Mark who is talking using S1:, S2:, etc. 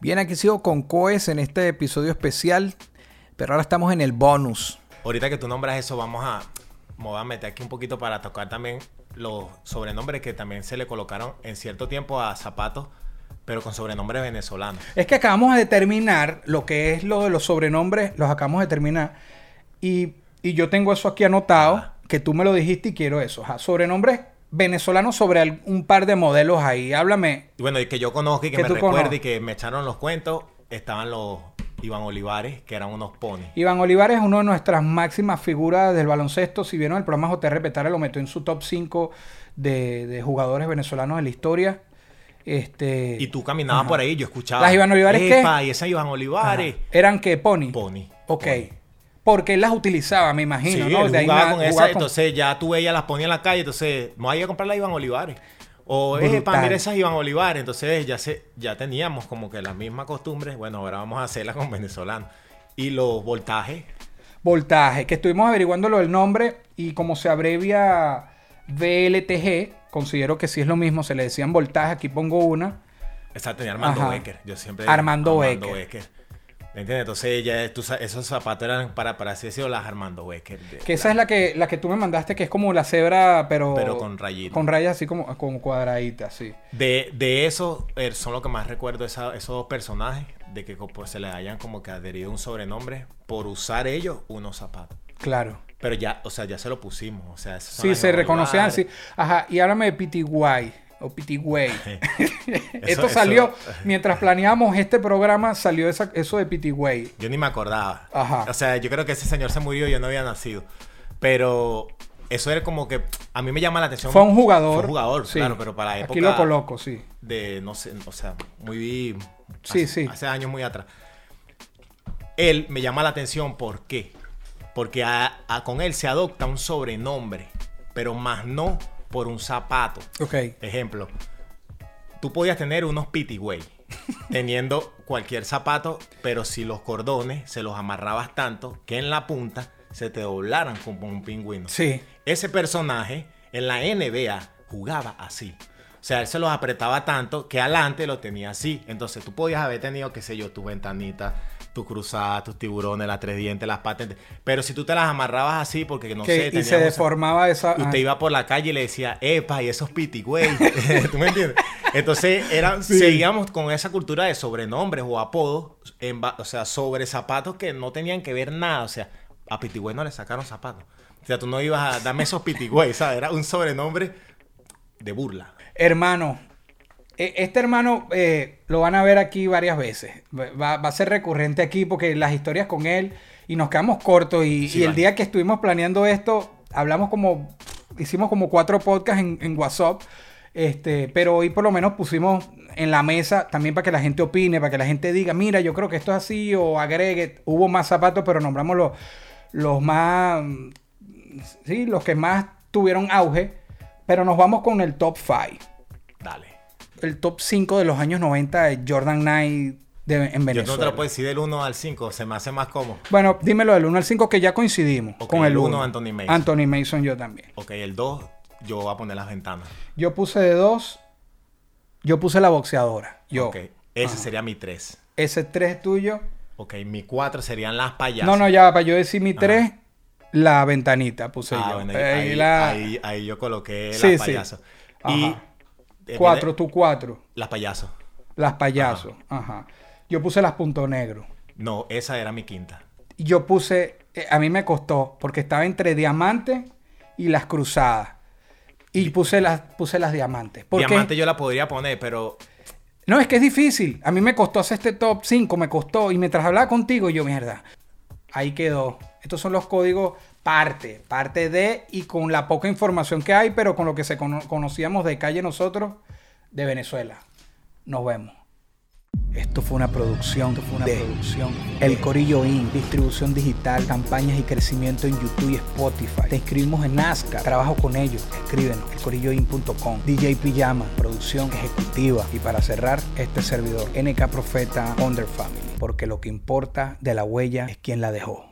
S1: Bien, aquí sigo con Coes en este episodio especial, pero ahora estamos en el bonus.
S2: Ahorita que tú nombras eso, vamos a, me voy a meter aquí un poquito para tocar también los sobrenombres que también se le colocaron en cierto tiempo a zapatos, pero con sobrenombres venezolanos.
S1: Es que acabamos de terminar lo que es lo de los sobrenombres, los acabamos de terminar. Y, y yo tengo eso aquí anotado,
S2: Ajá.
S1: que tú me lo dijiste y quiero eso. Ajá, sobrenombres venezolanos sobre al- un par de modelos ahí. Háblame.
S2: Y bueno, y que yo conozco y que
S1: Que
S2: me
S1: tú
S2: recuerde
S1: conoces.
S2: y que me echaron los cuentos, estaban los Iván Olivares, que eran unos ponis.
S1: Iván Olivares es una de nuestras máximas figuras del baloncesto. Si vieron el programa JR Petare, lo metió en su top 5 de, de jugadores venezolanos de la historia. Este,
S2: Y tú caminabas por ahí, yo escuchaba.
S1: ¿Las Iván Olivares qué?
S2: "Epa, y esa Iván Olivares.
S1: Ajá. ¿Eran que Pony?
S2: Pony.
S1: Ok.
S2: Pony.
S1: Porque él las utilizaba, me
S2: Sí,
S1: imagino,
S2: él
S1: ¿no? De ahí
S2: jugaba
S1: na-
S2: con esa,
S1: jugaba con-
S2: entonces ya tú veías las ponía en la calle, entonces me voy a ir a comprar las Iván Olivares. O,
S1: Brutal.
S2: epa, mira esas Iván Olivares. Entonces ya se, ya teníamos como que las mismas costumbres. Bueno, ahora vamos a hacerlas con venezolanos. Y los voltajes.
S1: Voltaje, que estuvimos averiguando lo del nombre y como se abrevia VLTG, considero que sí es lo mismo, se le decían voltaje, aquí pongo una.
S2: Esa tenía Armando
S1: Ajá.
S2: Becker. Yo siempre.
S1: Armando Becker.
S2: ¿Me entiendes? Entonces ya tú sa- esos zapatos eran para, para así decirlo, las Armando Becker. de-
S1: Que esa es la que, la que tú me mandaste, que es como la cebra, pero...
S2: Pero con rayitas.
S1: Con rayas así como, como cuadraditas, sí.
S2: De, de esos eh, son lo que más recuerdo, esa- esos dos personajes, de que co- pues, se les hayan como que adherido un sobrenombre por usar ellos unos zapatos.
S1: Claro.
S2: Pero ya, o sea, ya se lo pusimos. O sea, esos son
S1: Sí,
S2: las
S1: se
S2: Iván
S1: reconocían así.
S2: Olivares.
S1: Ajá, y háblame de Pitiguay o Pitiguay. Esto
S2: eso-
S1: salió, mientras planeamos este programa, salió esa- eso de Pitiguay.
S2: Yo ni me acordaba.
S1: Ajá.
S2: O sea, yo creo que ese señor se murió y yo no había nacido. Pero eso era como que a mí me llama la atención.
S1: Fue un jugador.
S2: Fue un jugador,
S1: sí.
S2: claro, pero para la época.
S1: Aquí lo coloco, sí.
S2: de, no sé, o sea, muy...
S1: Sí,
S2: hace,
S1: sí.
S2: Hace años muy atrás. Él me llama la atención, ¿por qué? Porque a- a- con él se adopta un sobrenombre, pero más no por un zapato.
S1: Ok.
S2: Ejemplo, tú podías tener unos pitiguay, teniendo cualquier zapato, pero si los cordones se los amarrabas tanto que en la punta se te doblaran como un pingüino.
S1: Sí.
S2: Ese personaje en la NBA jugaba así. O sea, él se los apretaba tanto que adelante lo tenía así. Entonces tú podías haber tenido, qué sé yo, tu ventanita, tu cruzada, tus tiburones, las tres dientes, las patentes. Pero si tú te las amarrabas así, porque no
S1: Que-
S2: sé,
S1: y
S2: tenías
S1: se
S2: un-
S1: deformaba esa.
S2: y Usted
S1: ah,
S2: iba por la calle y le decía, epa, y esos piti, güey. ¿Tú me entiendes? Entonces, eran, seguíamos con esa cultura de sobrenombres o apodos, en ba- o sea, sobre zapatos que no tenían que ver nada. O sea, a piti, güey no le sacaron zapatos. O sea, tú no ibas a darme esos piti, güey, ¿sabes? Era un sobrenombre de burla.
S1: Hermano. e- Este hermano eh, lo van a ver aquí varias veces. Va- Va, va a ser recurrente aquí porque las historias con él y nos quedamos cortos. Y,
S2: Sí,
S1: y el
S2: vale.
S1: día que estuvimos planeando esto, hablamos como. Hicimos como cuatro podcasts en, en WhatsApp. Este, pero hoy por lo menos pusimos en la mesa también para que la gente opine, para que la gente diga, mira, yo creo que esto es así, o agregue, hubo más zapatos, pero nombramos los, los más sí, los que más tuvieron auge, pero nos vamos con el top 5.
S2: Dale.
S1: El top 5 de los años 90 de Jordan Knight de- en
S2: Yo no te
S1: Venezuela.
S2: lo puedo decir del 1 al 5, se me hace más cómodo.
S1: Bueno, dímelo del 1 al 5 que ya coincidimos.
S2: Ok,
S1: con el
S2: el
S1: 1,
S2: uno, Anthony Mason.
S1: Anthony Mason yo también.
S2: Ok, el 2, yo voy a poner las ventanas.
S1: Yo puse de 2, yo puse la boxeadora. Yo.
S2: Ok, ese sería mi 3.
S1: Ese 3 tuyo.
S2: Ok, mi 4 serían las payasas.
S1: No, no, ya, para yo decir mi 3, la ventanita puse
S2: Ah,
S1: yo.
S2: bueno,
S1: Ahí
S2: ahí,
S1: la-
S2: ahí- ahí yo coloqué las
S1: Sí, sí.
S2: payasos.
S1: Ajá.
S2: Y eh,
S1: 4,
S2: viene-
S1: tú 4.
S2: Las payasos.
S1: Las payasos. Ajá. Yo puse las punto negro.
S2: No, esa era mi quinta.
S1: yo puse, eh, a mí me costó, porque estaba entre diamantes y las cruzadas. Y puse las, puse las diamantes. Porque,
S2: Diamante yo la podría poner, pero
S1: No, es que es difícil. A mí me costó hacer este top 5, me costó. Y mientras hablaba contigo, yo, mierda, ahí quedó. Estos son los códigos parte, parte de, y con la poca información que hay, pero con lo que se cono- conocíamos de calle nosotros, de Venezuela. Nos vemos. Esto fue una producción, fue una producción. El Corillo Inc. Distribución digital, campañas y crecimiento en YouTube y Spotify. Te inscribimos en Nazca. Trabajo con ellos. Escríbenos. Elcorilloinc.com. DJ Pijama. Producción ejecutiva. Y para cerrar, este servidor. NK Profeta Under Family. Porque lo que importa de la huella es quien la dejó.